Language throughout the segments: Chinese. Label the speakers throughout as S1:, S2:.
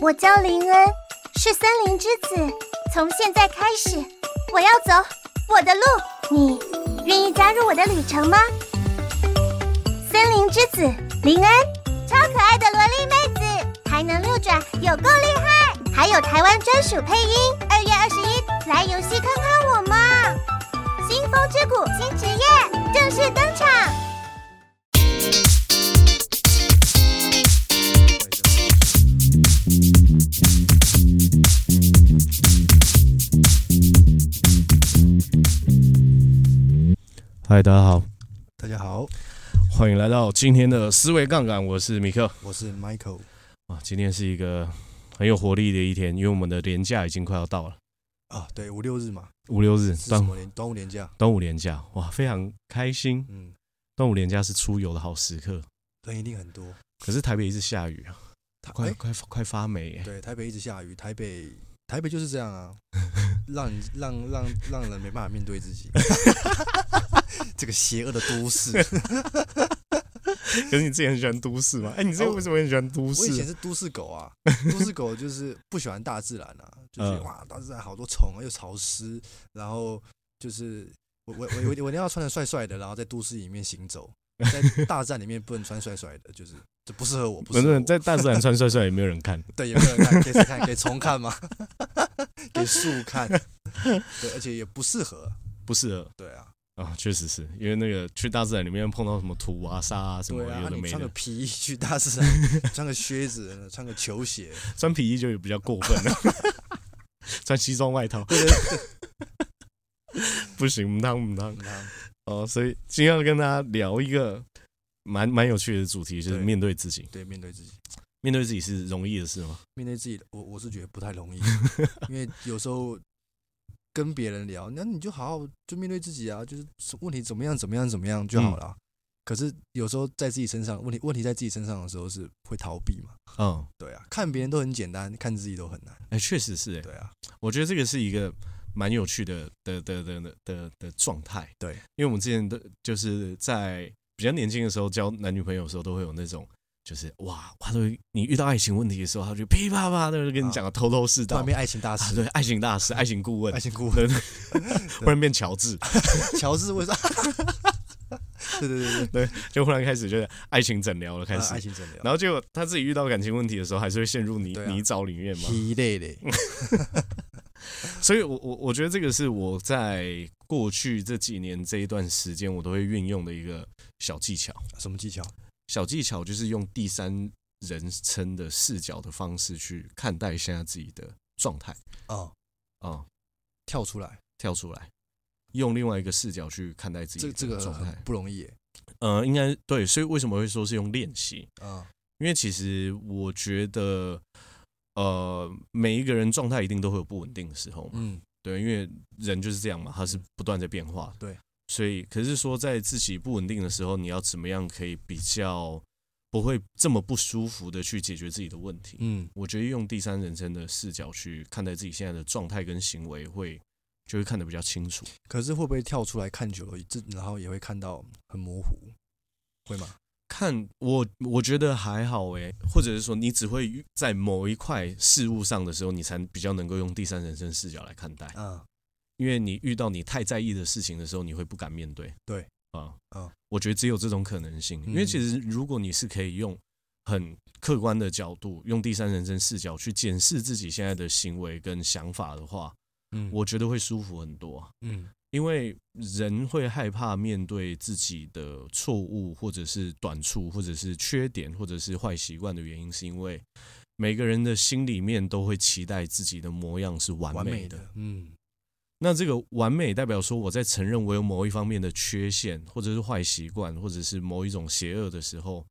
S1: 我叫林恩，是森林之子。从现在开始，我要走我的路。你愿意加入我的旅程吗？森林之子林恩，超可爱的萝莉妹子，还能六转，有够厉害！还有台湾专属配音。二月二十一，来游戏看看我嘛！新风之谷新职业正式登场。
S2: 嗨，大家好，
S3: 大家好，
S2: 欢迎来到今天的思维杠杆，我是米克
S3: 我是 Michael。
S2: 啊。今天是一个很有活力的一天，因为我们的年假已经快要到了，
S3: 啊，对，五六日嘛，
S2: 五六日
S3: 是什
S2: 端
S3: 么年？端午年假。
S2: 端午连假，哇，非常开心。
S3: 嗯，
S2: 端午连假是出游的好时刻，
S3: 人一定很多。
S2: 可是台北一直下雨啊，
S3: 台
S2: 快、
S3: 哎
S2: 快快发霉耶、
S3: 对，台北一直下雨，台北台北就是这样啊，让人让让让人没办法面对自己，这个邪恶的都市。
S2: 可是你自己很喜欢都市吗？哎、你自己
S3: 哦
S2: 为什么很喜欢都
S3: 我以前
S2: 市？
S3: 是都市狗啊，都市狗就是不喜欢大自然啊，就觉得
S2: 嗯
S3: 哇，大自然好多虫啊，又潮湿，然后就是我我我我一定我一定要穿的帅帅的，然后在都市里面行走，在大自然里面不能穿帅帅的，就是这不适合我，不适
S2: 反
S3: 合我
S2: 正，在大自然穿帅帅也没有人 看，
S3: 对，有没有人看？给谁看？给虫看吗？ 给树看？对，而且也不适合。
S2: 不适合
S3: 对啊，
S2: 啊，确实是因为那个去大自然里面碰到什么土啊、沙啊什么
S3: 对啊，
S2: 有
S3: 啊
S2: 的
S3: 你
S2: 没
S3: 穿
S2: 的，
S3: 个皮 衣去大自然，穿个靴子，穿个 球鞋，
S2: 穿皮衣就比较过分了， 穿西装外套
S3: 对对对
S2: 不行，唔当唔当。
S3: 嗯啊，
S2: 哦，所以今天要跟大家聊一个蛮蛮有趣的主题，就是
S3: 对
S2: 面对自己。
S3: 对，面对自己。
S2: 面对自己是容易的事吗？
S3: 面对自己的，我我是觉得不太 容易，因为有时候跟别人聊，那你就好好就面对自己啊，就是问题怎么样怎么样怎么样就好
S2: 嗯
S3: 了啊。可是有时候在自己身上，问题问题在自己身上的时候是会逃避嘛？
S2: 嗯，
S3: 对啊，看别人都很简单，看自己都很难。
S2: 哎、确实是哎、
S3: 对啊，
S2: 我觉得这个是一个蛮有趣的的的的的的的状态。
S3: 对
S2: 因为我们之前都就是在比较年轻的时候交男女朋友的时候，都会有那种。就是哇，他都会你遇到爱情问题的时候，他就噼啪啪的跟你讲的头头是
S3: 突
S2: 道
S3: 然。变爱情大
S2: 啊
S3: 师，
S2: 对，爱情大师、爱情顾问
S3: 爱，情顾
S2: 哎对
S3: 问
S2: 忽然变乔治，
S3: 乔治为啥？ 对对对对，
S2: 就忽然开始就是爱情诊疗了，开
S3: 啊
S2: 始
S3: 爱。情诊疗，
S2: 然后结果他自己遇到感情问题的时候，还是会陷入泥、
S3: 对啊
S2: 泥沼里面嘛。
S3: 疲累嘞，
S2: 嗯所以我，我我觉得这个是我在过去这几年这一段时间，我都会运用的一个小技巧。
S3: 什么技巧？
S2: 小技巧就是用第三人称的视角的方式去看待现在自己的状态
S3: 哦，
S2: 啊、
S3: 跳出来，
S2: 跳出来，用另外一个视角去看待自
S3: 这
S2: 己
S3: 这
S2: 的
S3: 个
S2: 状态
S3: 很。不容易耶，
S2: 呃，应该对，所以为什么会说是用练习？
S3: 啊，
S2: 因为其实我觉得，呃，每一个人状态一定都会有不稳定的时候嘛，
S3: 嗯，
S2: 对，因为人就是这样嘛，他是不断在变化的，
S3: 对，
S2: 所以可是说在自己不稳定的时候，你要怎么样可以比较不会这么不舒服的去解决自己的问题？
S3: 嗯，
S2: 我觉得用第三人称的视角去看待自己现在的状态跟行为会就会看得比较清楚。
S3: 可是会不会跳出来看久了，这然后也会看到很模糊，会吗？
S2: 看我，我觉得还好诶，或者是说，你只会在某一块事物上的时候，你才比较能够用第三人称视角来看待，
S3: 啊，
S2: 因为你遇到你太在意的事情的时候，你会不敢面对。
S3: 对，
S2: 啊
S3: 啊
S2: 我觉得只有这种可能性，因为
S3: 嗯
S2: 其实如果你是可以用很客观的角度，用第三人称视角去检视自己现在的行为跟想法的话，
S3: 嗯，
S2: 我觉得会舒服很多啊、
S3: 嗯
S2: 因为人会害怕面对自己的错误，或者是短处，或者是缺点，或者是坏习惯的原因，是因为每个人的心里面都会期待自己的模样是完
S3: 完
S2: 美
S3: 美
S2: 的。
S3: 的，嗯
S2: 那这个完美代表说，我在承认我有某一方面的缺陷，或者是坏习惯，或者是某一种邪恶的时候，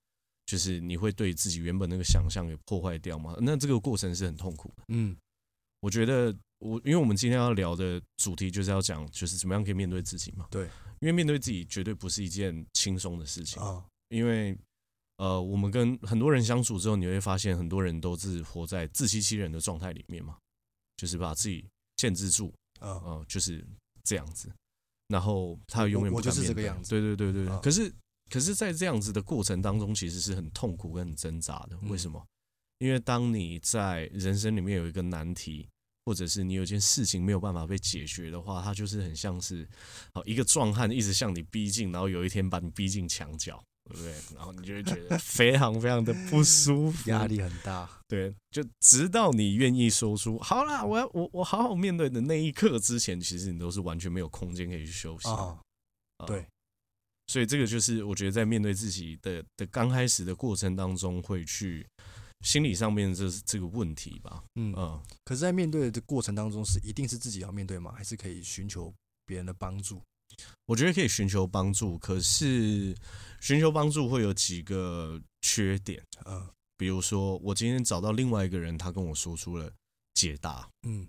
S2: 就是你会对自己原本那个想象给破坏掉嘛？那这个过程是很痛苦的。
S3: 嗯
S2: 我觉得我，因为我们今天要聊的主题就是要讲，就是怎么样可以面对自己嘛。
S3: 对，
S2: 因为面对自己绝对不是一件轻松的事情，
S3: 啊，
S2: 因为呃，我们跟很多人相处之后，你会发现很多人都是活在自欺欺人的状态里面嘛，就是把自己限制住，
S3: 啊，
S2: 呃，就是这样子。然后他永远不
S3: 我我
S2: 敢
S3: 就是
S2: 面
S3: 这个
S2: 对
S3: 样子
S2: 对对对对对。
S3: 啊
S2: 可是可是，在这样子的过程当中，其实是很痛苦跟很挣扎的。
S3: 嗯
S2: 为什么？因为当你在人生里面有一个难题，或者是你有一件事情没有办法被解决的话，它就是很像是好一个壮汉一直向你逼近，然后有一天把你逼进墙角，对不对？然后你就会觉得非常非常的不舒服，
S3: 压力很大。
S2: 对，就直到你愿意说出“好啦，我要我我好好面对”的那一刻之前，其实你都是完全没有空间可以去休息。
S3: 啊，
S2: 啊
S3: 对，
S2: 所以这个就是我觉得在面对自己的的刚开始的过程当中，会去心理上面这这个问题吧。
S3: 嗯，
S2: 嗯，
S3: 可是，在面对的过程当中，是一定是自己要面对吗？还是可以寻求别人的帮助？
S2: 我觉得可以寻求帮助，可是寻求帮助会有几个缺点，
S3: 嗯
S2: 比如说我今天找到另外一个人，他跟我说出了解答，
S3: 嗯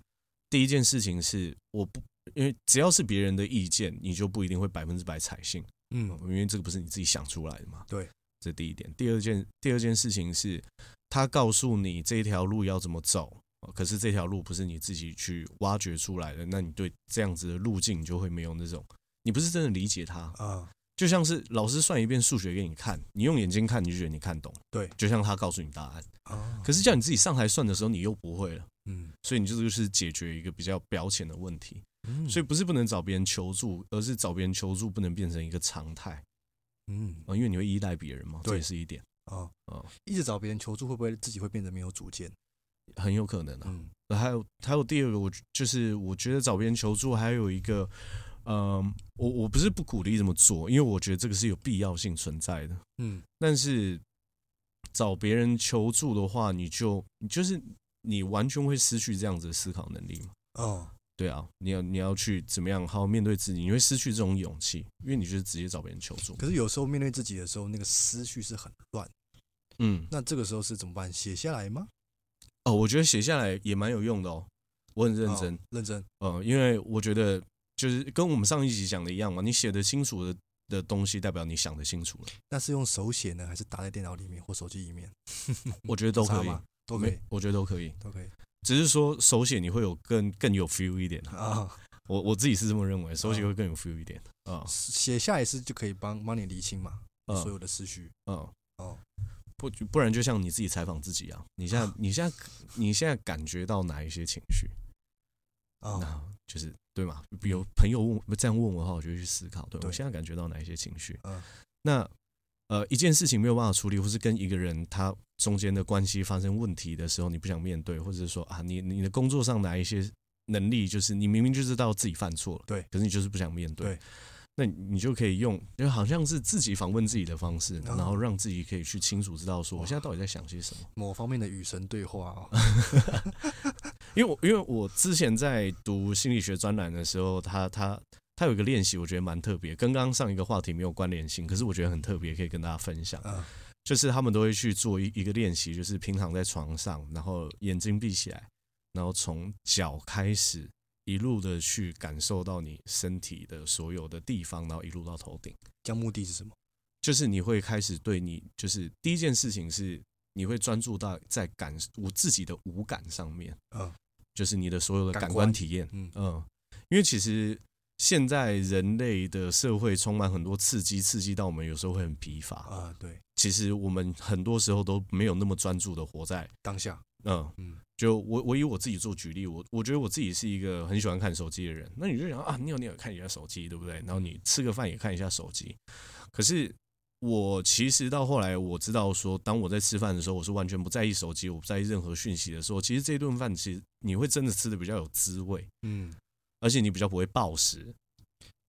S2: 第一件事情是，我不，因为只要是别人的意见，你就不一定会百分之百采信，
S3: 嗯，
S2: 因为这个不是你自己想出来的嘛。
S3: 对，
S2: 这第一点。第二件，第二件事情是，他告诉你这条路要怎么走，呃可是这条路不是你自己去挖掘出来的，那你对这样子的路径就会没有那种，你不是真的理解它。
S3: 啊，
S2: 就像是老师算一遍数学给你看，你用眼睛看你就觉得你看懂，
S3: 对
S2: 就像他告诉你答案，
S3: 啊，
S2: 可是叫你自己上台算的时候，你又不会了，
S3: 嗯，
S2: 所以你这就是解决一个比较表浅的问题。
S3: 嗯
S2: 所以不是不能找别人求助，而是找别人求助不能变成一个常态
S3: 嗯
S2: 啊、因为你会依赖别人嘛，
S3: 对
S2: 这也是一点，
S3: 啊
S2: 哦
S3: 一直找别人求助，会不会自己会变得没有主见？
S2: 很有可能啊。
S3: 嗯
S2: 还有还有第二个，我就是我觉得找别人求助还有一个，嗯、我我不是不鼓励这么做，因为我觉得这个是有必要性存在的。
S3: 嗯
S2: 但是找别人求助的话，你就你就是你完全会失去这样子的思考能力嘛。
S3: 哦，
S2: 对啊，你要你要去怎么样好好面对自己，你会失去这种勇气，因为你就是直接找别人求助。
S3: 可是有时候面对自己的时候，那个思绪是很乱，
S2: 嗯，
S3: 那这个时候是怎么办？写下来吗？
S2: 哦，我觉得写下来也蛮有用的哦。我很认真
S3: 哦，认真，
S2: 嗯，因为我觉得就是跟我们上一集讲的一样嘛，你写的清楚的的东西，代表你想的清楚了。
S3: 那是用手写呢，还是打在电脑里面或手机里面？
S2: 我觉得都可
S3: 嗯差
S2: 以，
S3: 吗？都可以
S2: 没，我觉得都可以。
S3: 都可以
S2: 只是说手写你会有更更有 feel 一点啊。
S3: 啊。
S2: 我我自己是这么认为，手写
S3: 哦
S2: 会更有 feel 一点啊。
S3: 写下来是就可以帮帮你理清嘛，
S2: 嗯
S3: 所有的思绪。
S2: 嗯
S3: 哦
S2: 不不然就像你自己采访自己啊，你现在你现在你现在感觉到哪一些情绪？
S3: 啊，
S2: 那就是对嘛？比如朋友问我这样问我的话，我就会去思考，对
S3: 嗯对
S2: 我现在感觉到哪一些情绪？
S3: 嗯
S2: 那呃，一件事情没有办法处理，或是跟一个人他中间的关系发生问题的时候，你不想面对，或者是说啊，你你的工作上哪一些能力，就是你明明就知道自己犯错了，
S3: 对
S2: 可是你就是不想面对。
S3: 对
S2: 那你你就可以用，就好像是自己访问自己的方式，
S3: 哦
S2: 然后让自己可以去清楚知道说，我现在到底在想些什么。
S3: 某方面的与神对话 哦。
S2: 因为我因为我之前在读心理学专栏的时候，他他他有一个练习，我觉得蛮特别，跟刚刚上一个话题没有关联性，可是我觉得很特别，可以跟大家分享。
S3: 嗯
S2: 就是他们都会去做一一个练习，就是平躺在床上，然后眼睛闭起来，然后从脚开始一路的去感受到你身体的所有的地方，然后一路到头顶。
S3: 这样目的是什么？
S2: 就是你会开始对你，就是第一件事情是你会专注到在感我自己的五感上面，
S3: 嗯，
S2: 就是你的所有的
S3: 感
S2: 感
S3: 官
S2: 官体验，
S3: 嗯
S2: 嗯，因为其实现在人类的社会充满很多刺激，刺激到我们有时候会很疲乏。
S3: 啊，对，
S2: 其实我们很多时候都没有那么专注的活在，
S3: 当下，
S2: 嗯。
S3: 嗯
S2: 就我我以我自己做举例，我我觉得我自己是一个很喜欢看手机的人。那你就想啊，你有你有看一下手机，对不对？然后你吃个饭也看一下手机。可是我其实到后来我知道说，当我在吃饭的时候，我是完全不在意手机，我不在意任何讯息的时候，其实这顿饭其实你会真的吃的比较有滋味，
S3: 嗯，
S2: 而且你比较不会暴食，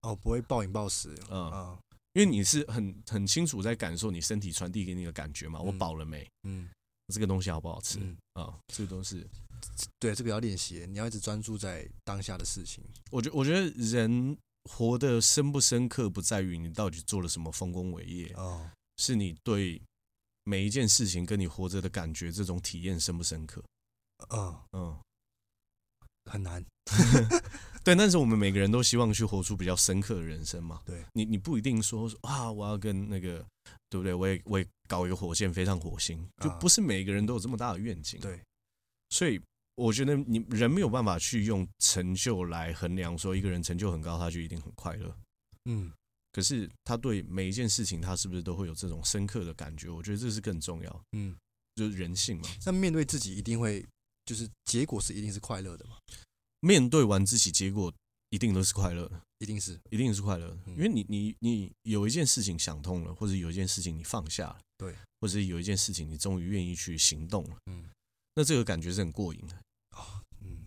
S3: 哦，不会暴饮暴食
S2: 嗯，
S3: 啊，
S2: 因为你是很很清楚在感受你身体传递给你的感觉嘛，我
S3: 嗯
S2: 饱了没？
S3: 嗯
S2: 这个东西好不好吃
S3: 嗯，
S2: 啊、这个都是
S3: 对，这个要练习，你要一直专注在当下的事情。
S2: 我觉我觉得人活得深不深刻，不在于你到底做了什么丰功伟业，啊
S3: 哦，
S2: 是你对每一件事情跟你活着的感觉这种体验深不深刻。
S3: 嗯，
S2: 嗯，
S3: 很难，
S2: 对。但是我们每个人都希望去活出比较深刻的人生嘛。
S3: 对，
S2: 你你不一定说啊，我要跟那个，对不对？我也我也搞一个火箭飞上火星，就
S3: 啊
S2: 不是每个人都有这么大的愿景。
S3: 对，
S2: 所以我觉得你人没有办法去用成就来衡量，说一个人成就很高，他就一定很快乐。
S3: 嗯，
S2: 可是他对每一件事情，他是不是都会有这种深刻的感觉？我觉得这是更重要。
S3: 嗯，
S2: 就是人性嘛。
S3: 那面对自己一定会，就是结果是一定是快乐的嘛，
S2: 面对完自己，结果一定都是快乐的，
S3: 一定是，
S2: 一定是快乐的，
S3: 嗯
S2: 因为你你你有一件事情想通了，或者有一件事情你放下了，
S3: 对，
S2: 或者有一件事情你终于愿意去行动了，
S3: 嗯
S2: 那这个感觉是很过瘾的。
S3: 嗯，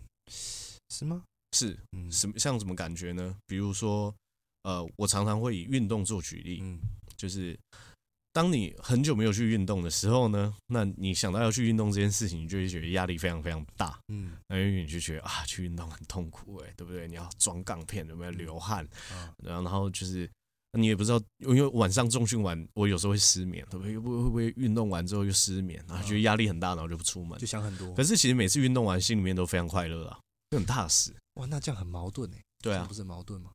S3: 是吗？
S2: 哦是
S3: 嗯，
S2: 什么像什么感觉呢？比如说，呃，我常常会以运动做举例，
S3: 嗯，
S2: 就是当你很久没有去运动的时候呢，那你想到要去运动这件事情，你就会觉得压力非常非常大。
S3: 嗯
S2: 那因为你就觉得啊，去运动很痛苦哎、对不对？你要装杠片，有没有流汗？
S3: 啊，
S2: 然后然后就是你也不知道，因为晚上重训完，我有时候会失眠，对不对？会不会会不会运动完之后又失眠？然后觉得压力很大，然后就不出门
S3: 就。想很多
S2: 可，是其实每次运动完，心里面都非常快乐啊，就很踏实。
S3: 哇，那这样很矛盾哎，
S2: 对
S3: 这
S2: 啊
S3: 样不，是很矛盾吗？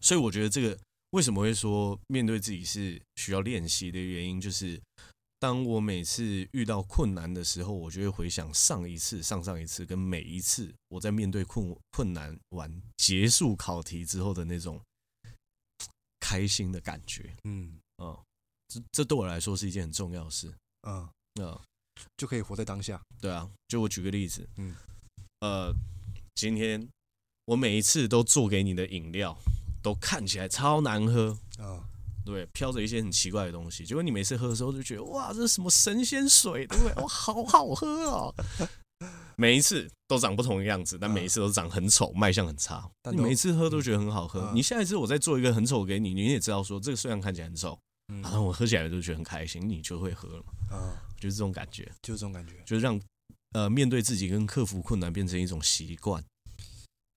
S2: 所以我觉得这个为什么会说面对自己是需要练习的原因，就是当我每次遇到困难的时候，我就会回想上一次、上上一次跟每一次我在面对困困难完结束考题之后的那种嘖开心的感觉
S3: 嗯
S2: 啊、嗯这这对我来说是一件很重要的事
S3: 嗯，
S2: 啊、
S3: 就可以活在当下，
S2: 对啊，就我举个例子，
S3: 嗯
S2: 嗯，呃，今天我每一次都做给你的饮料都看起来超难喝，
S3: 啊，
S2: 对，飘着一些很奇怪的东西。结果你每次喝的时候就觉得，哇，这是什么神仙水，对不对？ 哇，好好喝哦！每一次都长不同的样子，但每一次都长很丑，卖相很差。
S3: 但
S2: 你
S3: 都
S2: 每一次喝都觉得很好喝
S3: 嗯，
S2: 你下一次我再做一个很丑给你，你也知道说这个虽然看起来很丑，
S3: 嗯
S2: 啊，但我喝起来就觉得很开心，你就会喝了嘛，
S3: 啊，
S2: 就是这种感觉，
S3: 就是这种感觉，
S2: 就是让呃面对自己跟克服困难变成一种习惯。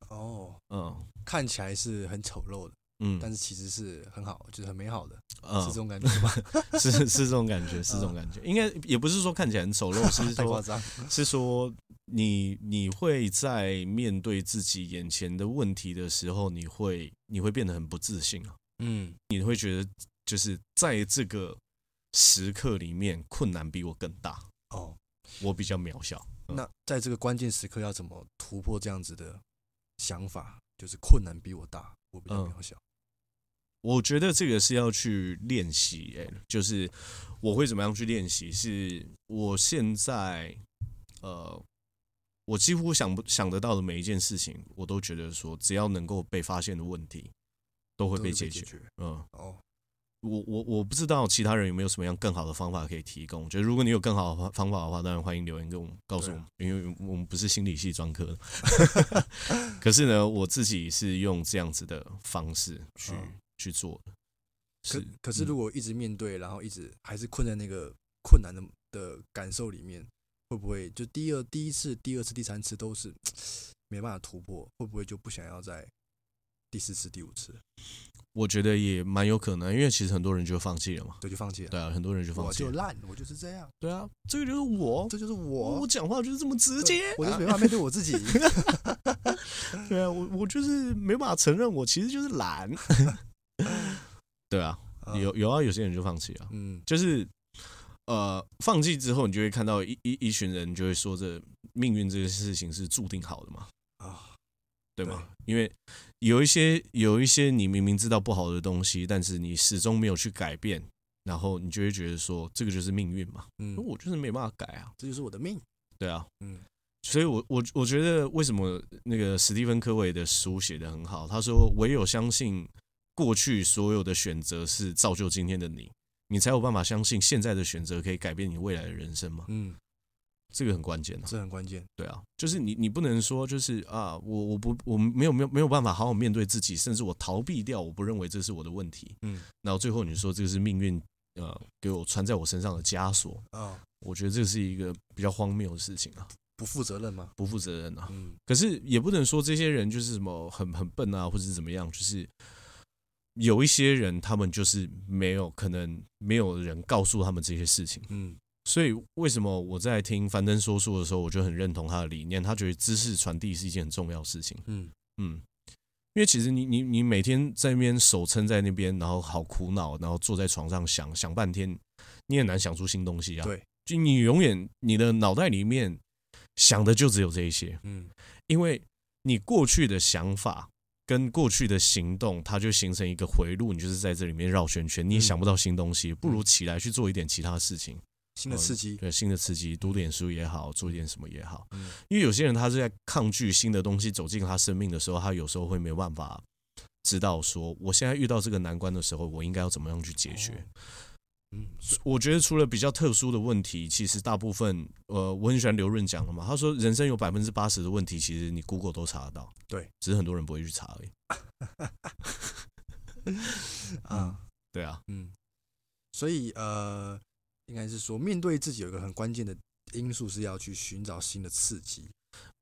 S3: 哦，
S2: 嗯
S3: 看起来是很丑陋的，
S2: 嗯，
S3: 但是其实是很好，就是很美好的，
S2: 嗯
S3: 是这种感觉 吧？
S2: 是是这种感觉，是这种感觉。应该也不是说看起来很丑陋， 是
S3: 太
S2: 说
S3: 夸张，
S2: 是说你你会在面对自己眼前的问题的时候，你会你会变得很不自信啊，
S3: 嗯
S2: 你会觉得就是在这个时刻里面，困难比我更大，
S3: 哦，
S2: 我比较渺小。嗯
S3: 那在这个关键时刻要怎么突破这样子的想法？就是困难比我大，我比较
S2: 嗯
S3: 渺小。
S2: 我觉得这个是要去练习，哎，就是我会怎么样去练习？是我现在呃，我几乎想不想得到的每一件事情，我都觉得说，只要能够被发现的问题，都会
S3: 都
S2: 被
S3: 是
S2: 解
S3: 解
S2: 决。嗯。
S3: 哦，
S2: 我我我不知道其他人有没有什么样更好的方法可以提供。就是如果你有更好的方方法的话，当然欢迎留言跟我们告诉我们，
S3: 啊
S2: 因为我们不是心理系专科的。 可是呢，我自己是用这样子的方式去、
S3: 嗯
S2: 去做的。
S3: 可
S2: 是，
S3: 可是
S2: 嗯
S3: 如果一直面对，然后一直还是困在那个困难的的感受里面，会不会就第二第一次、第二次、第三次都是没办法突破？会不会就不想要再第四次、第五次，
S2: 我觉得也蛮有可能，因为其实很多人就放弃了嘛。
S3: 对，就放弃了？
S2: 对啊，很多人就放
S3: 我
S2: 弃
S3: 就
S2: 了。
S3: 烂，我就是这样，
S2: 对啊，这个就是我，
S3: 这就是
S2: 我
S3: 我，
S2: 讲话就是这么直
S3: 对
S2: 接。
S3: 我就是没办法面对我 自己。
S2: 对啊，我我就是没办法承认，我其实就是 懒。对啊，
S3: 嗯
S2: 有有啊，有些人就放弃了。
S3: 嗯
S2: 就是呃，放弃之后，你就会看到一一一群人就会说这命运这个事情是注定好的嘛，
S3: 啊，
S2: 对吗？因为有一些有一些你明明知道不好的东西，但是你始终没有去改变，然后你就会觉得说这个就是命运嘛，哦
S3: 嗯，
S2: 我就是没办法改啊，
S3: 这就是我的命。
S2: 对啊，
S3: 嗯
S2: 所以我，我我觉得为什么那个史蒂芬·科维的书写的很好？他说，唯有相信过去所有的选择是造就今天的你，你才有办法相信现在的选择可以改变你未来的人生嘛。
S3: 嗯，
S2: 这个很关键啊，
S3: 这很关键。
S2: 对啊，就是你你不能说就是啊，我我不我没有没有没有办法好好面对自己，甚至我逃避掉，我不认为这是我的问题，
S3: 嗯
S2: 然后最后你说这个是命运呃给我穿在我身上的枷锁，
S3: 啊，
S2: 我觉得这是一个比较荒谬的事情啊，
S3: 不负责任吗？
S2: 不负责任啊。
S3: 嗯
S2: 可是也不能说这些人就是什么很很笨啊，或者是怎么样，就是有一些人他们就是没有可能没有人告诉他们这些事情，
S3: 嗯
S2: 所以为什么我在听樊登说书的时候，我就很认同他的理念，他觉得知识传递是一件很重要的事情，
S3: 嗯，
S2: 嗯。因为其实你你你每天在那边手撑在那边，然后好苦恼，然后坐在床上想想半天，你也难想出新东西啊。
S3: 对，
S2: 就你永远你的脑袋里面想的就只有这一些。
S3: 嗯
S2: 因为你过去的想法跟过去的行动，它就形成一个
S3: 嗯
S2: 回路，你就是在这里面绕圈圈，你也想不到新东西，不如起来去做一点其他事情，呃
S3: 新的刺激，
S2: 对新的刺激，读点书也好，做一点什么也好，
S3: 嗯
S2: 因为有些人他是在抗拒新的东西走进他生命的时候，他有时候会没有办法知道说，我现在遇到这个难关的时候，我应该要怎么样去解决。
S3: 哦嗯，
S2: 我觉得除了比较特殊的问题，其实大部分，呃，我很喜欢刘润讲的嘛，他说人生有百分之八十的问题，其实你 Google 都查得到，
S3: 对，
S2: 只是很多人不会去查而已。
S3: 啊，
S2: 对啊，
S3: 嗯，所以呃，应该是说面对自己有一个很关键的因素是要去寻找新的刺激，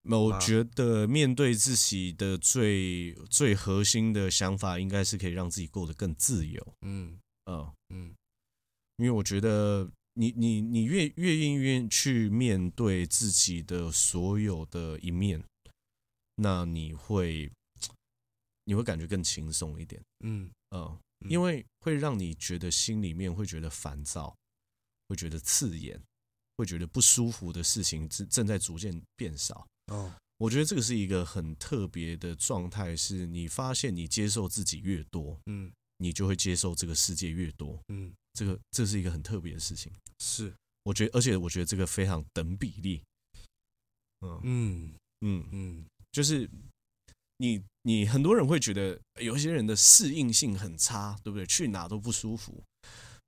S2: 那我
S3: 啊
S2: 觉得面对自己的最最核心的想法，应该是可以让自己过得更自由，
S3: 嗯
S2: 嗯，
S3: 嗯
S2: 因为我觉得你你你越越愿意去面对自己的所有的一面，那你会你会感觉更轻松一点。
S3: 嗯
S2: 嗯，
S3: 嗯
S2: 因为会让你觉得心里面会觉得烦躁，会觉得刺眼，会觉得不舒服的事情正正在逐渐变少。
S3: 哦，
S2: 我觉得这个是一个很特别的状态，是你发现你接受自己越多，
S3: 嗯
S2: 你就会接受这个世界越多。
S3: 嗯
S2: 这个这是一个很特别的事情，
S3: 是，
S2: 我觉得，而且我觉得这个非常等比例。嗯
S3: 嗯
S2: 嗯，
S3: 嗯
S2: 就是你你很多人会觉得呃有一些人的适应性很差，对不对？去哪都不舒服。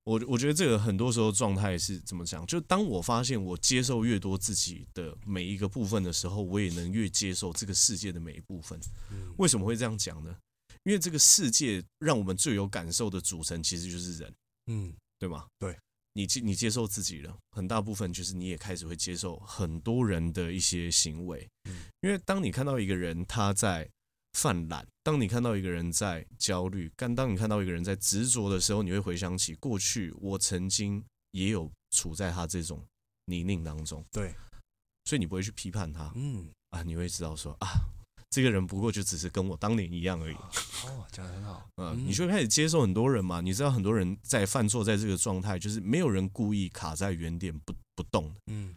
S2: 我我觉得这个很多时候状态是怎么讲？就当我发现我接受越多自己的每一个部分的时候，我也能越接受这个世界的每一部分。
S3: 嗯
S2: 为什么会这样讲呢？因为这个世界让我们最有感受的组成其实就是人。
S3: 嗯
S2: 对吗？
S3: 对，
S2: 你接你接受自己了，很大部分就是你也开始会接受很多人的一些行为，
S3: 嗯
S2: 因为当你看到一个人他在犯懒，当你看到一个人在焦虑，但当你看到一个人在执着的时候，你会回想起过去我曾经也有处在他这种泥泞当中，
S3: 对，
S2: 所以你不会去批判他
S3: 嗯
S2: 啊，你会知道说啊，这个人不过就只是跟我当年一样而已。
S3: 哦，讲的很好，
S2: 啊，
S3: 嗯
S2: 你就会开始接受很多人嘛，你知道很多人在犯错，在这个状态，就是没有人故意卡在原点不不动的，
S3: 嗯，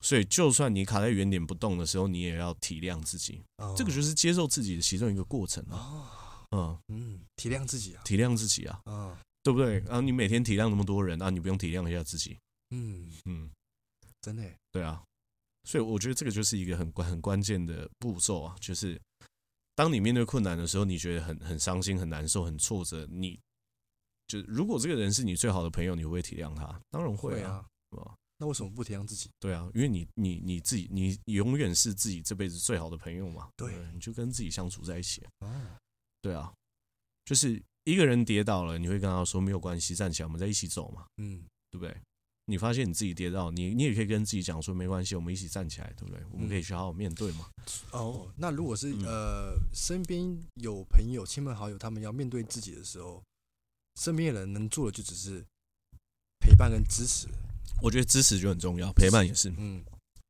S2: 所以就算你卡在原点不动的时候，你也要体谅自己，
S3: 哦
S2: 这个就是接受自己的其中一个过程啊，
S3: 哦，
S2: 嗯，
S3: 嗯，体谅自己啊，
S2: 体谅自己啊，
S3: 啊，
S2: 对不对？啊，你每天体谅那么多人啊，你不用体谅一下自己，
S3: 嗯，
S2: 嗯，
S3: 真的耶，
S2: 对啊，所以我觉得这个就是一个很关很关键的步骤啊，就是当你面对困难的时候，你觉得很很伤心、很难受、很挫折，你就如果这个人是你最好的朋友，你会不会体谅他？当然会啊，
S3: 啊，
S2: 是吧
S3: 那为什么不体谅自己？
S2: 对啊，因为你你你自己，你永远是自己这辈子最好的朋友嘛，
S3: 对
S2: 不你就跟自己相处在一起啊，
S3: 哦，
S2: 对啊，就是一个人跌倒了，你会跟他说没有关系，站起来，我们再一起走嘛，
S3: 嗯
S2: 对不对？你发现你自己跌倒，你你也可以跟自己讲说没关系，我们一起站起来，对不对？我
S3: 嗯
S2: 们可以去好好面对嘛。
S3: 哦，那如果是
S2: 嗯
S3: 呃，身边有朋友、亲朋好友，他们要面对自己的时候，身边的人能做的就只是陪伴跟支持，
S2: 我觉得支持就很重要，陪伴也是，
S3: 嗯，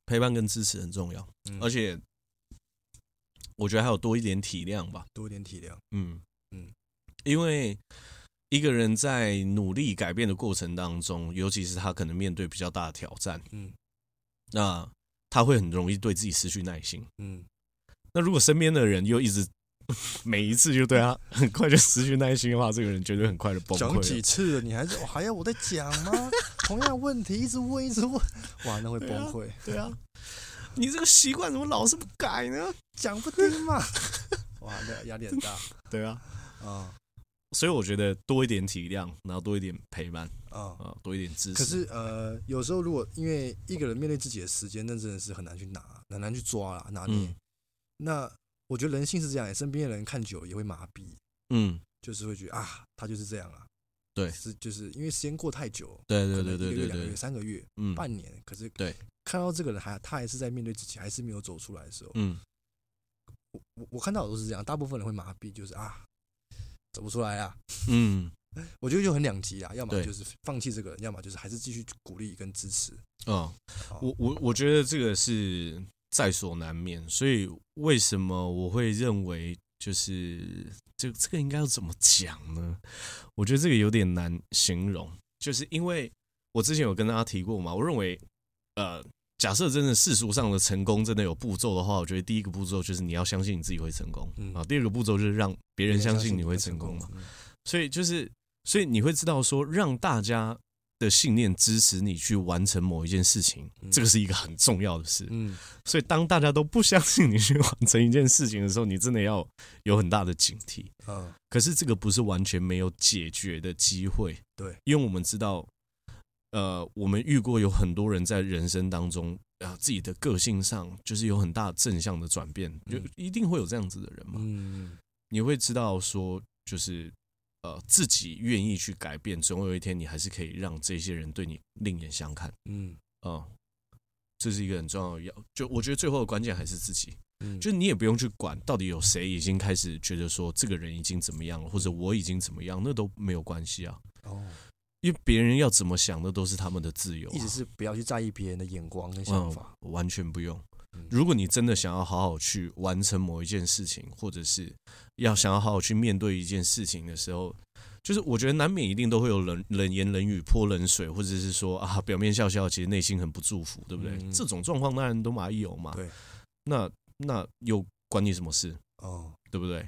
S2: 陪伴跟支持很重要，
S3: 嗯
S2: 而且我觉得还有多一点体谅吧。
S3: 多一点体谅，
S2: 嗯嗯
S3: 嗯，
S2: 因为一个人在努力改变的过程当中，尤其是他可能面对比较大的挑战，
S3: 嗯
S2: 那他会很容易对自己失去耐心。
S3: 嗯，
S2: 那如果身边的人又一直 每一次就对他很快就失去耐心的话，这个人绝对很快的崩
S3: 讲几
S2: 溃了。
S3: 次了，你还是、哦、还要我再讲吗？同样的问题一直问一直问，哇，那会崩
S2: 对啊
S3: 溃，
S2: 对啊，你这个习惯怎么老是不改呢？
S3: 讲不听嘛， 哇，那压力很大
S2: 对啊，
S3: 啊
S2: 所以我觉得多一点体谅，然后多一点陪伴
S3: 啊。
S2: 啊，多一点支持。
S3: 可是呃，有时候如果因为一个人面对自己的时间，那真的是很难去拿，很难去抓啦，拿捏。
S2: 嗯
S3: 那我觉得人性是这样，身边的人看久了也会麻痹，
S2: 嗯，
S3: 就是会觉得啊，他就是这样了。
S2: 对
S3: 是就是因为时间过太久，
S2: 对
S3: 可
S2: 对
S3: 能
S2: 对
S3: 一个
S2: 对对
S3: 月、两个
S2: 对
S3: 月、，三个月、
S2: 嗯
S3: 半年，可是
S2: 对
S3: 看到这个人还他还是在面对自己，还是没有走出来的时候，
S2: 嗯
S3: 我我我看到的都是这样，大部分人会麻痹，就是啊，走不出来啊。
S2: 嗯
S3: 我觉得就很两极啦，啊要么
S2: 对
S3: 就是放弃这个人，要么就是还是继续鼓励跟支持。
S2: 哦，我我我觉得这个是在所难免，所以为什么我会认为就是这这个应该要怎么讲呢？我觉得这个有点难形容，就是因为我之前有跟大家提过嘛，我认为呃，假设真的世俗上的成功真的有步骤的话，我觉得第一个步骤就是你要相信你自己会成功
S3: 嗯
S2: 啊，第二个步骤就是让别人相信你会
S3: 成
S2: 成功嘛。
S3: 嗯
S2: 所以就是，所以你会知道说，让大家的信念支持你去完成某一件事情，
S3: 嗯
S2: 这个是一个很重要的事。
S3: 嗯，
S2: 所以当大家都不相信你去完成一件事情的时候，你真的要有很大的警惕。
S3: 嗯，
S2: 可是这个不是完全没有解决的机会，
S3: 对，
S2: 因为我们知道，呃，我们遇过有很多人在人生当中啊，自己的个性上就是有很大正向的转变，就
S3: 嗯
S2: 一定会有这样子的人嘛。
S3: 嗯，
S2: 你会知道说，就是呃，自己愿意去改变，总有一天你还是可以让这些人对你另眼相看
S3: 嗯，
S2: 啊、这是一个很重要的要，就我觉得最后的关键还是自己。
S3: 嗯，
S2: 就你也不用去管到底有谁已经开始觉得说这个人已经怎么样了，或者我已经怎么样，那都没有关系啊，
S3: 哦，
S2: 因为别人要怎么想，那都是他们的自由、啊。
S3: 意思是不要去在意别人的眼光跟想
S2: 嗯
S3: 法。，
S2: 完全不用
S3: 嗯。
S2: 如果你真的想要好好去完成某一件事情，或者是要想要好好去面对一件事情的时候，就是我觉得难免一定都会有冷冷言冷语、泼冷水，或者是说啊表面笑笑，其实内心很不祝福，对不对？
S3: 嗯
S2: 这种状况当然都马有嘛。
S3: 对，
S2: 那那又关你什么事？
S3: 哦，
S2: 对不对？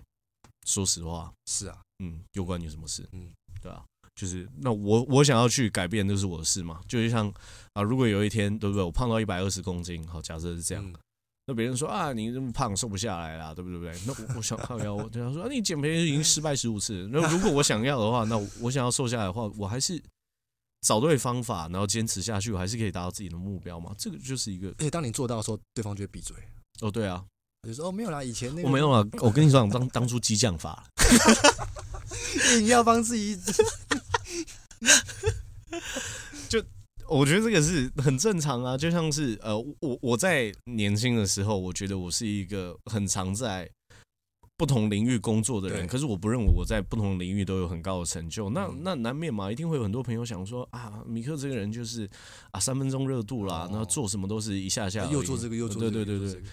S2: 说实话，
S3: 是啊，
S2: 嗯，又关你什么事？
S3: 嗯
S2: 嗯，对啊，就是那我我想要去改变，那是我的事嘛。就像啊，如果有一天，对不对，我胖到一百二十公斤，好，假设是这样，
S3: 嗯
S2: 那别人说啊，你这么胖，瘦不下来啦，对不对？对不对那我我想靠腰，我对他说啊，你减肥已经失败十五次。那如果我想要的话，那我我想要瘦下来的话，我还是找对方法，然后坚持下去，我还是可以达到自己的目标嘛。这个就是一个
S3: 而且当你做到的时候，对方就会闭嘴，
S2: 哦，对啊，
S3: 他就说哦没有啦，以前那个
S2: 我没有啊，我跟你说，当当初激将法，
S3: 硬要帮自己，
S2: 我觉得这个是很正常啊，就像是呃，我我在年轻的时候，我觉得我是一个很常在不同领域工作的人，
S3: 对
S2: 可是我不认为我在不同领域都有很高的成就。那
S3: 嗯
S2: 那难免嘛，一定会有很多朋友想说啊，米克这个人就是啊三分钟热度啦
S3: 哦，
S2: 那、做什么都是一下下而已，
S3: 又做这个又做这
S2: 对对
S3: 个，
S2: 对
S3: 又
S2: 对
S3: 做这，个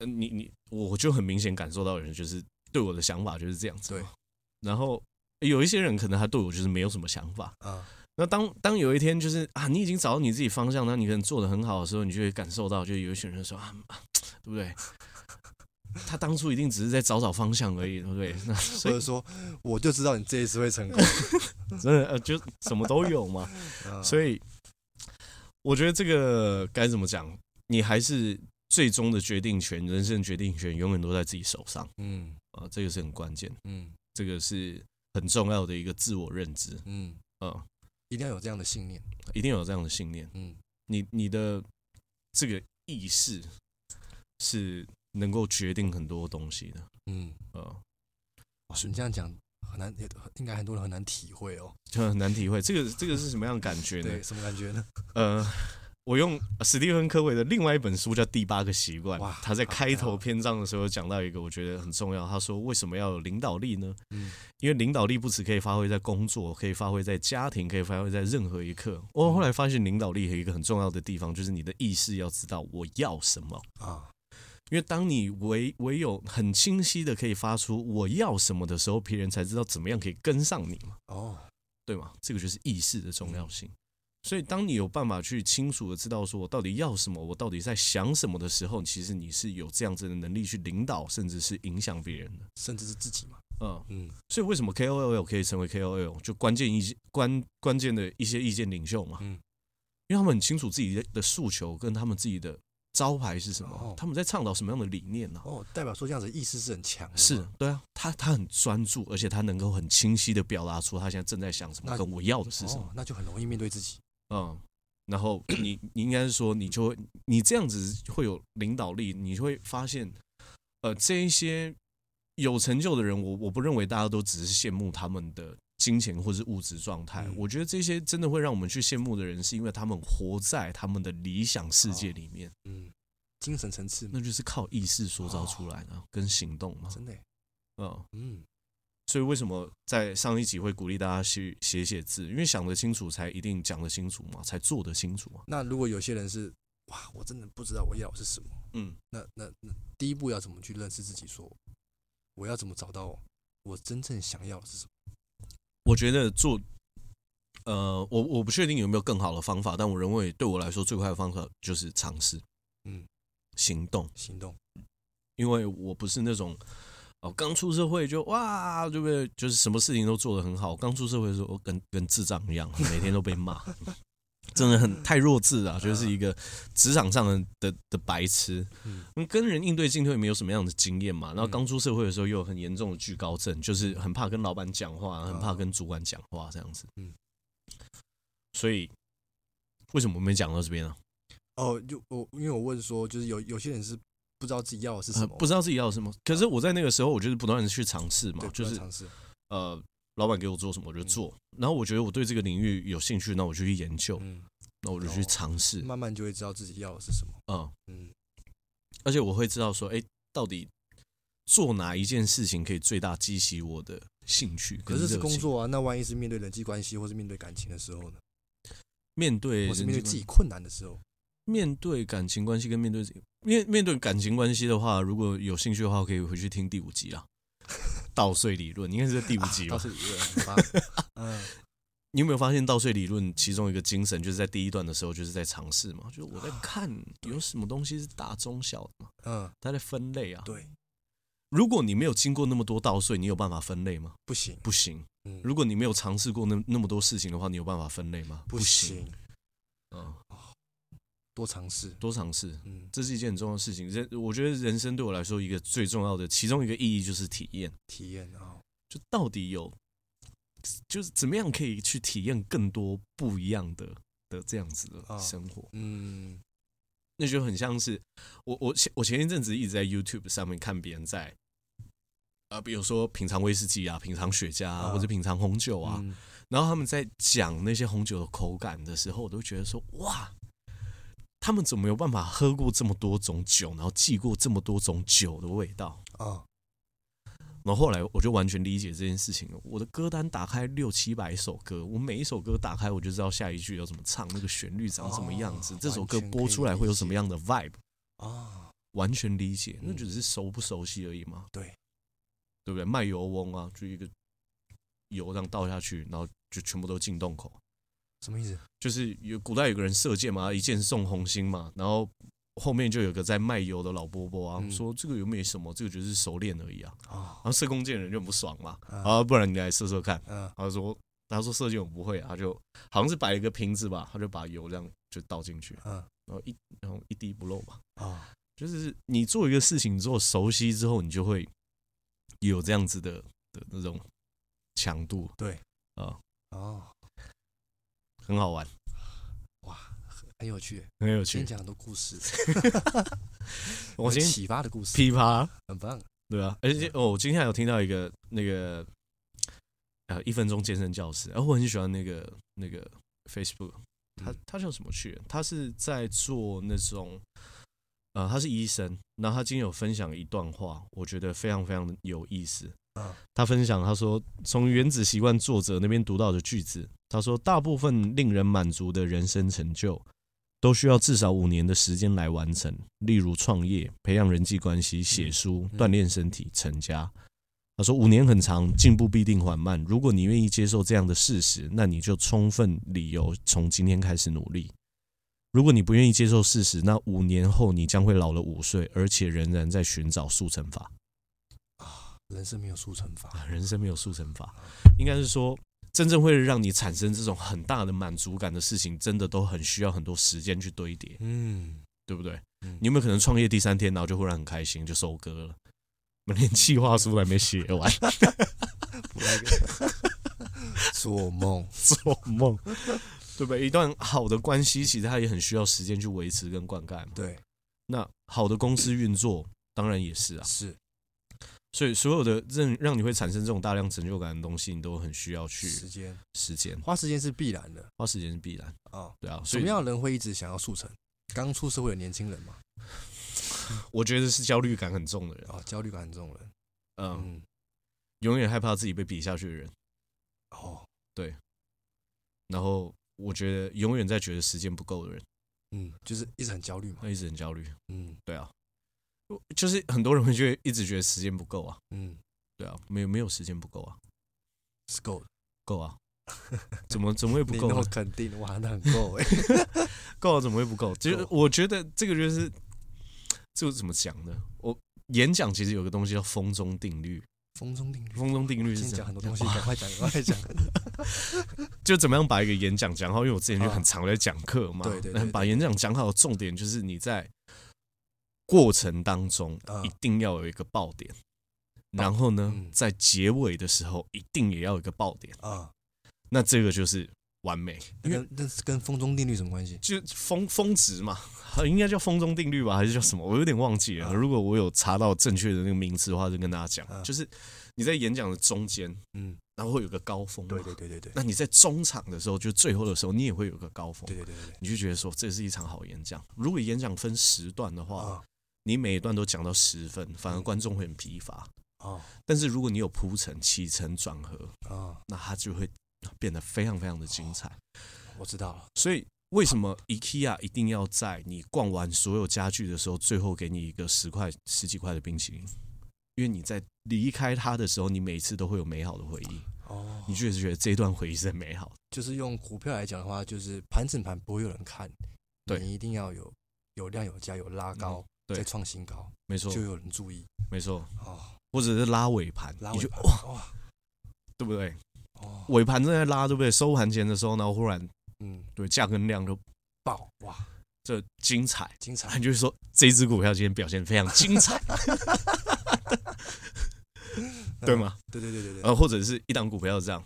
S2: 呃你你我我就很明显感受到有人就是对我的想法就是这样子嘛，
S3: 对
S2: 然后有一些人可能他对我就是没有什么想法，
S3: 啊，
S2: 那当当有一天就是啊，你已经找到你自己方向，那你可能做的很好的时候，你就会感受到，就有一些人说啊，啊对不对？ 他当初一定只是在找找方向而已，对不对？ 那
S3: 或
S2: 所以
S3: 者说我就知道你这一次会成功，
S2: 真的呃，就什么都有嘛。
S3: 啊 嗯
S2: 所以我觉得这个该怎么讲，你还是最终的决定权，人生的决定权永远都在自己手上
S3: 以嗯
S2: 啊，这个是很关键，
S3: 嗯
S2: 这个是很重要的一个自我认知
S3: 嗯，
S2: 啊，
S3: 一定要有这样的信念，
S2: 一定要有这样的信念。
S3: 嗯
S2: 你你的这个意识是能够决定很多东西的，
S3: 嗯，
S2: 呃，
S3: 哇，
S2: 是
S3: 你这样讲很难，也应该很多人很难体会哦，
S2: 就很难体会这个这个是什么样的感觉呢
S3: 对，？什么感觉呢？
S2: 呃，我用呃史蒂芬·科维的另外一本书叫《第八个习惯
S3: 哇》，
S2: 他在开
S3: 好
S2: 头篇章的时候讲到一个我觉得很重要，他说为什么要有领导力呢？
S3: 嗯
S2: 因为领导力不只可以发挥在工作，可以发挥在家庭，可以发挥在任何一刻。我后来发现领导力有一个很重要的地方，就是你的意识要知道我要什么。
S3: 啊，
S2: 因为当你唯唯有很清晰的可以发出我要什么的时候，别人才知道怎么样可以跟上你嘛，
S3: 哦，
S2: 对吗？这个就是意识的重要性。所以，当你有办法去清楚的知道说我到底要什么，我到底在想什么的时候，其实你是有这样子的能力去领导，甚至是影响别人的。
S3: 甚至是自己嘛，
S2: 嗯，
S3: 嗯
S2: 所以为什么 KOL 可以成为 KOL，就关键意见关关键的一些意见领袖嘛？
S3: 嗯
S2: 因为他们很清楚自己的的诉求跟他们自己的招牌是什么，
S3: 哦
S2: 他们在倡导什么样的理念呢、啊
S3: 哦，代表说这样子的意识是很强的嘛，
S2: 是对啊，他他很专注，而且他能够很清晰的表达出他现在正在想什么，
S3: 那
S2: 跟我要的是什么
S3: 哦。，那就很容易面对自己，
S2: 嗯，然后你你应该是说，你就会你这样子会有领导力，你会发现，呃，这一些有成就的人，我我不认为大家都只是羡慕他们的金钱或是物质状态。
S3: 嗯
S2: 我觉得这些真的会让我们去羡慕的人，是因为他们活在他们的理想世界
S3: 哦
S2: 里面，
S3: 嗯，精神层次嘛，
S2: 那就是靠意识塑造出来的、啊跟行动嘛。
S3: 哦真的耶，
S2: 嗯。
S3: 嗯
S2: 所以为什么在上一集会鼓励大家去写写字？因为想得清楚，才一定讲得清楚嘛，才做得清楚嘛。
S3: 那如果有些人是哇，我真的不知道我要的是什么，
S2: 嗯，
S3: 那那那第一步要怎么去认识自己说我要怎么找到我真正想要的是什么？
S2: 我觉得做，呃，我我不确定有没有更好的方法，但我认为对我来说最快的方法就是尝试，
S3: 嗯，
S2: 行动，
S3: 行动。
S2: 因为我不是那种哦，刚出社会就哇，对不对？就是什么事情都做得很好。刚出社会的时候，我跟跟智障一样，每天都被骂， 真的很太弱智啊！就是一个职场上的的的白痴
S3: 嗯，
S2: 嗯跟人应对进退没有什么样的经验嘛。然后刚出社会的时候又有很严重的惧高症，就是很怕跟老板讲话，很怕跟主管讲话这样子
S3: 嗯。
S2: 所以为什么我们讲到这边呢、啊
S3: 哦，就我因为我问说，就是有有些人是不知道自己要的是什
S2: 呃
S3: 么，嗯
S2: 不知道自己要什么。可是我在那个时候，我就是不断的去尝试嘛
S3: 对，，
S2: 就
S3: 不断
S2: 是
S3: 尝试，嗯
S2: 呃，老板给我做什么我就做。然后我觉得我对这个领域有兴趣，那我就去研究，
S3: 嗯，
S2: 那我就去尝试。
S3: 慢慢就会知道自己要的是什么，
S2: 嗯，
S3: 嗯，
S2: 而且我会知道说，哎，到底做哪一件事情可以最大激起我的兴趣跟
S3: 可
S2: 热
S3: 是
S2: 情？
S3: 是工作啊，那万一是面对人际关系，或是面对感情的时候呢？
S2: 面对
S3: 或是
S2: 人
S3: 面
S2: 际
S3: 对
S2: 关
S3: 自己困难的时候，
S2: 面对感情关系跟面对自己面面对感情关系的话，如果有兴趣的话，可以回去听第五集啦。 稻穗理论应该是第五集吧
S3: 倒？ 是一个很棒，嗯，
S2: 你有没有发现稻穗理论其中一个精神，就是在第一段的时候就是在尝试嘛？就是我在看有什么东西是大中小的嘛，
S3: 嗯，
S2: 它在分类啊。
S3: 对，
S2: 如果你没有经过那么多稻穗，你有办法分类吗？
S3: 不行，
S2: 不行。
S3: 嗯，
S2: 如果你没有尝试过那那么多事情的话，你有办法分类吗？
S3: 不
S2: 行。
S3: 行，
S2: 嗯，
S3: 多尝试，
S2: 多尝试，
S3: 嗯，
S2: 这是一件很重要的事情。人，我觉得人生对我来说一个最重要的其中一个意义就是体验，
S3: 体验啊，
S2: 就到底有，就是怎么样可以去体验更多不一样的的这样子的
S3: 啊
S2: 生活。
S3: 嗯，
S2: 那就很像是我我前我前一阵子一直在 YouTube 上面看别人在，呃，比如说品尝威士忌啊、品尝雪茄啊，
S3: 啊
S2: 或者品尝红酒啊，
S3: 嗯，
S2: 然后他们在讲那些红酒的口感的时候，我都觉得说哇，他们怎么有办法喝过这么多种酒，然后记过这么多种酒的味道？
S3: 啊，
S2: 然后后来我就完全理解这件事情了。我的歌单打开六七百首歌，我每一首歌打开我就知道下一句要怎么唱，那个旋律长什么样子，
S3: 哦
S2: 这首歌
S3: 完全可以
S2: 播出来会有什么
S3: 理解
S2: 样的 vibe。
S3: 啊，
S2: 完全理解，
S3: 嗯
S2: 那就只是熟不熟悉而已嘛。
S3: 对，
S2: 对不对？卖油翁啊，就一个油这样倒下去，然后就全部都进洞口。
S3: 什么意思？
S2: 就是有古代有个人射箭嘛，一箭送红心嘛，然后后面就有个在卖油的老伯伯啊，
S3: 嗯
S2: 说这个又没什么，这个就是熟练而已啊。然，
S3: 啊
S2: 后射弓箭的人就很不爽嘛，
S3: 啊，
S2: 啊，不然你来射射看。
S3: 嗯，
S2: 他说他说射箭我不会啊，他就好像是摆了一个瓶子吧，他就把油这样就倒进去，
S3: 嗯，
S2: 然后一然后一滴不漏嘛。
S3: 啊，
S2: 就是你做一个事情做熟悉之后，你就会有这样子的的那种强度，
S3: 哦，
S2: 很好玩，
S3: 很有趣，
S2: 很有
S3: 今天
S2: 趣。
S3: 讲很多故 事，
S2: 我
S3: 嗯有
S2: 今天
S3: 启发的故事，
S2: 噼啪，
S3: 很棒，
S2: 对啊，而且哦，我今天还有听到一个那个呃一分钟健身教室，然、后我很喜欢那个那个 Facebook，他
S3: 嗯
S2: 他叫什么去？他是在做那种。呃，他是医生，然后他今天有分享一段话，我觉得非常非常的有意思。
S3: 嗯
S2: 他分享，他说从《原子习惯》作者那边读到的句子，他说大部分令人满足的人生成就，都需要至少五年的时间来完成，例如创业、培养人际关系、写书、
S3: 嗯
S2: 锻炼身体、成家。他说五年很长，进步必定缓慢。如果你愿意接受这样的事实，那你就充分理由从今天开始努力。如果你不愿意接受事实，那五年后你将会老了五岁，而且仍然在寻找速成法。
S3: 人生没有速成法，
S2: 啊，人生没有速成法，应该是说，真正会让你产生这种很大的满足感的事情，真的都很需要很多时间去堆叠，
S3: 嗯，
S2: 对不对？
S3: 嗯
S2: 你有没有可能创业第三天，然后就忽然很开心，就收割了？我连计划书都还没写完，
S3: 不来个 做梦，
S2: 做梦，对不对？一段好的关系，其实它也很需要时间去维持跟灌溉嘛。
S3: 对，
S2: 那好的公司运作，当然也是啊。
S3: 是
S2: 所以所有的让让你会产生这种大量成就感的东西，你都很需要去
S3: 时间，
S2: 时间，
S3: 花时间是必然的
S2: 花时间是必然，
S3: 啊。
S2: 对啊。
S3: 什
S2: 所以
S3: 么样的人会一直想要速成？刚出社会的年轻人嘛，
S2: 我觉得是焦虑感很重的人，
S3: 啊，焦虑感很重的人，
S2: 嗯，
S3: 嗯，
S2: 永远害怕自己被比下去的人，
S3: 哦，
S2: 然后我觉得永远在觉得时间不够的人，
S3: 嗯，就是一直很焦虑嘛，
S2: 那一直很焦虑，
S3: 嗯
S2: 对啊，我就是很多人会觉得一直觉得时间不够啊，
S3: 嗯，
S2: 对啊，没有没有时间不够啊，
S3: 是够的，
S2: 够 啊，怎么怎么会不
S3: 你
S2: 够
S3: 那么
S2: 呢？
S3: 肯定，哇，那很够
S2: 欸
S3: 哎，
S2: 够啊，怎么会不够？就是
S3: 够
S2: 我觉得这个就是这个怎么讲呢？我演讲其实有个东西叫风中定律，
S3: 风中定律。
S2: 风中定律是
S3: 先
S2: 这样
S3: 讲很多东西，
S2: 哇
S3: 赶快讲，赶快讲。
S2: 就怎么样把一个演讲讲好，因为我之前就
S3: 啊
S2: 很常在讲课嘛，
S3: 对对对
S2: 那
S3: 对
S2: 把演讲讲好的重点就是你在过程当中
S3: 啊
S2: 一定要有一个爆点，然后呢，
S3: 嗯
S2: 在结尾的时候一定也要有一个爆点，
S3: 啊，
S2: 那这个就是完美，
S3: 那
S2: 因为
S3: 跟那是跟风中定律什么关系？
S2: 就峰峰值嘛，应该叫风中定律吧，还是叫什么？我有点忘记了。如果我有查到正确的那个名词的话，就跟大家讲，
S3: 啊
S2: 就是你在演讲的中间，
S3: 嗯，
S2: 然后会有个高峰嘛，
S3: 对对对对对
S2: 那你在中场的时候，就最后的时候，你也会有个高峰，
S3: 对对对对
S2: 你就觉得说这是一场好演讲。如果演讲分十段的
S3: 对
S2: 话，
S3: 啊
S2: 你每一段都讲到十分，反而观众会很疲乏。
S3: 啊
S2: 但是如果你有铺陈、起承转合，
S3: 啊！
S2: 那它就会变得非常非常的精彩。
S3: 我知道了，
S2: 所以为什么 IKEA 一定要在你逛完所有家具的时候，最后给你一个十块、十几块的冰淇淋？因为你在离开它的时候，你每次都会有美好的回忆，
S3: 哦，
S2: 你就是觉得这一段回忆是很美好的。
S3: 就是用股票来讲的话，就是盘整盘不会有人看，
S2: 对嗯
S3: 你一定要有有量有价有拉高，
S2: 对
S3: 再创新高，
S2: 没错，
S3: 就有人注意
S2: 没错，
S3: 哦，
S2: 或者是拉尾盘，
S3: 拉
S2: 你
S3: 尾
S2: 就
S3: 盘
S2: 哇，
S3: 哇
S2: 对不对？
S3: 哦，
S2: 尾盘正在拉，对不对？收盘前的时候，然后忽然
S3: 嗯
S2: 对价跟量都
S3: 爆哇，
S2: 这精彩，
S3: 精
S2: 然后
S3: 彩
S2: 你就会说这只股票今天表现非常精彩， 对？吗？
S3: 嗯对对对对对
S2: 然后或者是一档股票这样，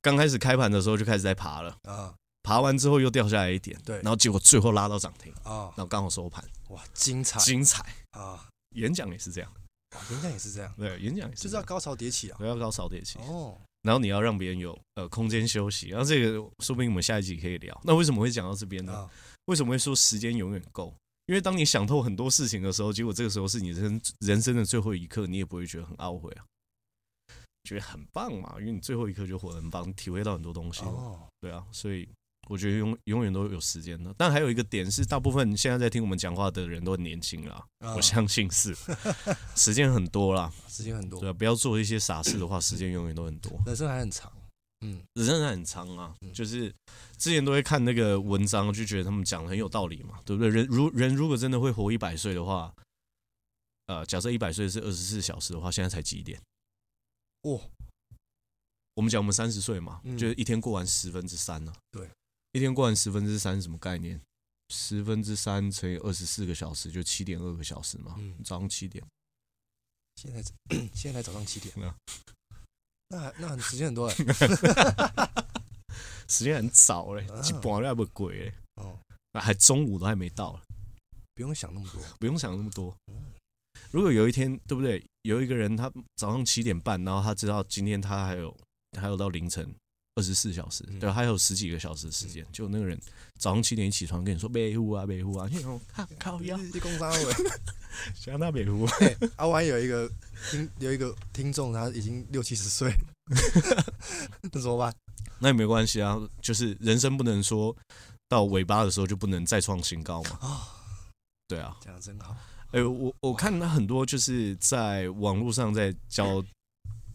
S2: 刚开始开盘的时候就开始在爬了，
S3: 啊
S2: 爬完之后又掉下来一点，
S3: 对
S2: 然后结果最后拉到涨停，
S3: 啊
S2: 然后刚好收盘，
S3: 哇，精彩
S2: 精彩。
S3: 啊！
S2: 演讲也是这样，
S3: 哇演讲也是这样，
S2: 对，演讲也
S3: 就是是
S2: 这
S3: 要
S2: 样，
S3: 高潮迭起啊
S2: 不要搞扫地起。
S3: 哦，
S2: 然后你要让别人有呃空间休息，然后这个说不定我们下一集可以聊。那为什么会讲到这边呢？
S3: 啊
S2: 为什么会说时间永远够？因为当你想透很多事情的时候，结果这个时候是你人人生的最后一刻，你也不会觉得很懊悔啊，觉得很棒嘛，因为你最后一刻就活得很棒，你体会到很多东西嘛，
S3: 哦，
S2: 对啊，所以我觉得永永远都有时间的。但还有一个点是，大部分现在在听我们讲话的人都很年轻啦，
S3: 啊
S2: 我相信是时间很多啦，
S3: 时间很多
S2: 对，啊，不要做一些傻事的话，时间永远都很多。
S3: 人生还很长，嗯
S2: 人生很长啊，
S3: 嗯
S2: 就是之前都会看那个文章，就觉得他们讲的很有道理嘛，对不对？人如人如果真的会活一百岁的话，呃，假设一百岁是二十四小时的话，现在才几点？
S3: 哦，
S2: 我们讲我们三十岁嘛，
S3: 嗯
S2: 就是一天过完十分之三呢、
S3: 对，
S2: 一天过完十分之三是什么概念？十分之三乘以二十四个小时，就七点二个小时嘛。
S3: 嗯
S2: 早上七点，
S3: 现在现在才早 上七点
S2: 啊，
S3: 那还那很时间很 多哎，
S2: 时间很早嘞，
S3: 啊
S2: 一半那不鬼嘞，
S3: 哦，
S2: 啊还中午都还没到，
S3: 不用想 那么多，
S2: 不用想那么多。如果有一天，对不对？有一个人他早上七点半，然后他知道今天他还有还有到凌晨二十四小时，
S3: 嗯
S2: 对，还有十几个小时的时间。就那个人早上七点一起床跟你说“北湖啊，北湖啊”， 你想靠靠腰，
S3: 一工商会。
S2: 想到北湖，
S3: 对，阿湾啊有一个听有一个听众，他已经六七十岁， 那怎么办？
S2: 那也没关系啊。就是人生不能说到尾巴的时候就不能再创新高嘛。
S3: 啊，
S2: 对啊，
S3: 讲的真好
S2: 哎、我我看到很多就是在网络上在教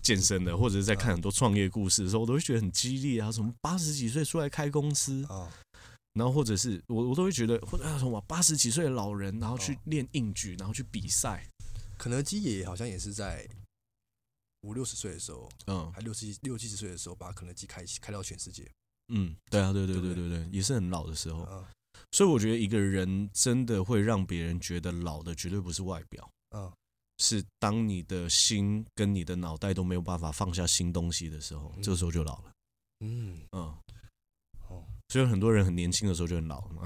S2: 健身的，或者是在看很多创业故事的时候，我都会觉得很激励啊，什么八十几岁出来开公司，
S3: 啊！
S2: 然后或者是我我都会觉得，或者啊什么八十几岁的老人，然后去
S3: 哦
S2: 练硬举，然后去比赛，
S3: 肯德基也好像也是在五六十岁的时候，
S2: 嗯
S3: 还六七六七十岁的时候，把肯德基开开到全世界。
S2: 嗯，对啊，对对对
S3: 对不
S2: 对对，也是很老的时候，
S3: 啊
S2: 所以我觉得一个人真的会让别人觉得老的，绝对不是外表。
S3: 啊
S2: 是当你的心跟你的脑袋都没有办法放下新东西的时候，
S3: 嗯
S2: 这个时候就老了。
S3: 嗯，
S2: 嗯，
S3: 哦，
S2: 所以很多人很年轻的时候就 很老 嘛，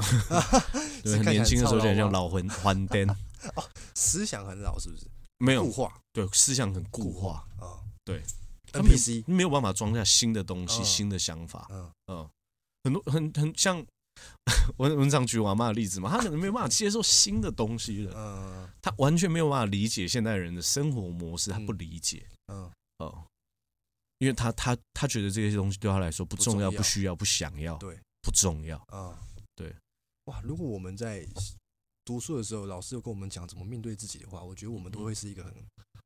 S2: 对，很
S3: 是看起来
S2: 年轻的时候就很像
S3: 很啊
S2: 老魂还 颠，
S3: 思想很老是不是？
S2: 没有
S3: 固化
S2: 对思想很固化，
S3: 啊，
S2: 对
S3: ，NPC
S2: 没有办法装下新的东西、
S3: 嗯
S2: 新的想法，
S3: 嗯
S2: 嗯，很多很很像 文文章举我阿妈的例子嘛，他可 能没有办法接受新的东西了，
S3: 嗯
S2: 他完全没有办法理解现代人的生活模式，他
S3: 嗯
S2: 不理解，
S3: 嗯
S2: 哦，因为他他他觉得这些东西对他来说不重要、
S3: 不重要
S2: 不需要、不想要，
S3: 对，
S2: 不重要，
S3: 啊，
S2: 对，
S3: 哇，如果我们在读书的时候，老师有跟我们讲怎么面对自己的话，我觉得我
S2: 嗯
S3: 们都会是一个很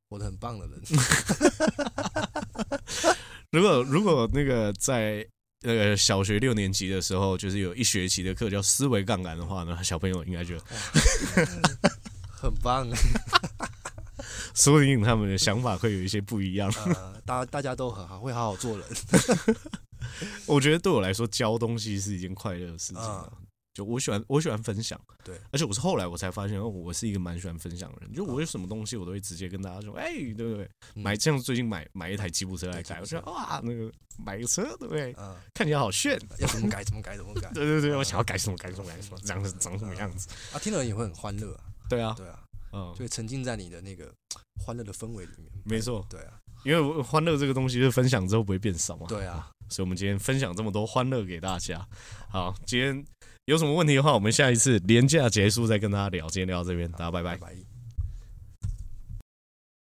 S3: 活得很棒的人。
S2: 如果如果那个在那个小学六年级的时候，就是有一学期的课叫思维 杠杆的话呢，小朋友应该就
S3: 很棒，
S2: 说不定他们的想法会有一些不一 样。
S3: 呃，大大家都很好，会好好做人。
S2: 我觉得对我来说，教东西是一件快乐的事情、啊。就我喜欢，我喜欢分享。
S3: 嗯对，
S2: 而且我是后来我才发现，哦，我是一个蛮喜欢分享的人。就我有什么东西，我都会直接跟大家说，哎、对不对？
S3: 嗯
S2: 买，像最近买买一台吉普车来开，
S3: 对
S2: 我
S3: 吉
S2: 觉
S3: 普
S2: 得
S3: 车
S2: 哇，那个买个车，对不对？
S3: 嗯，
S2: 看起来好炫。
S3: 要怎么改怎么改怎么改
S2: 对对对，我想要改什么改什么改什么，长什长什么样子？
S3: 啊！听的人也会很欢乐啊，
S2: 对啊，
S3: 对啊，
S2: 嗯，
S3: 就会沉浸在你的那个欢乐的氛围里面。
S2: 没错，
S3: 对啊，
S2: 因为我欢乐这个东西，就是分享之后不会变少嘛。
S3: 对啊，
S2: 所以我们今天分享这么多欢乐给大家。好，今天有什么问题的话，我们下一次廉假结束再跟大家聊。今天聊到这边，大家拜拜
S3: 拜。拜。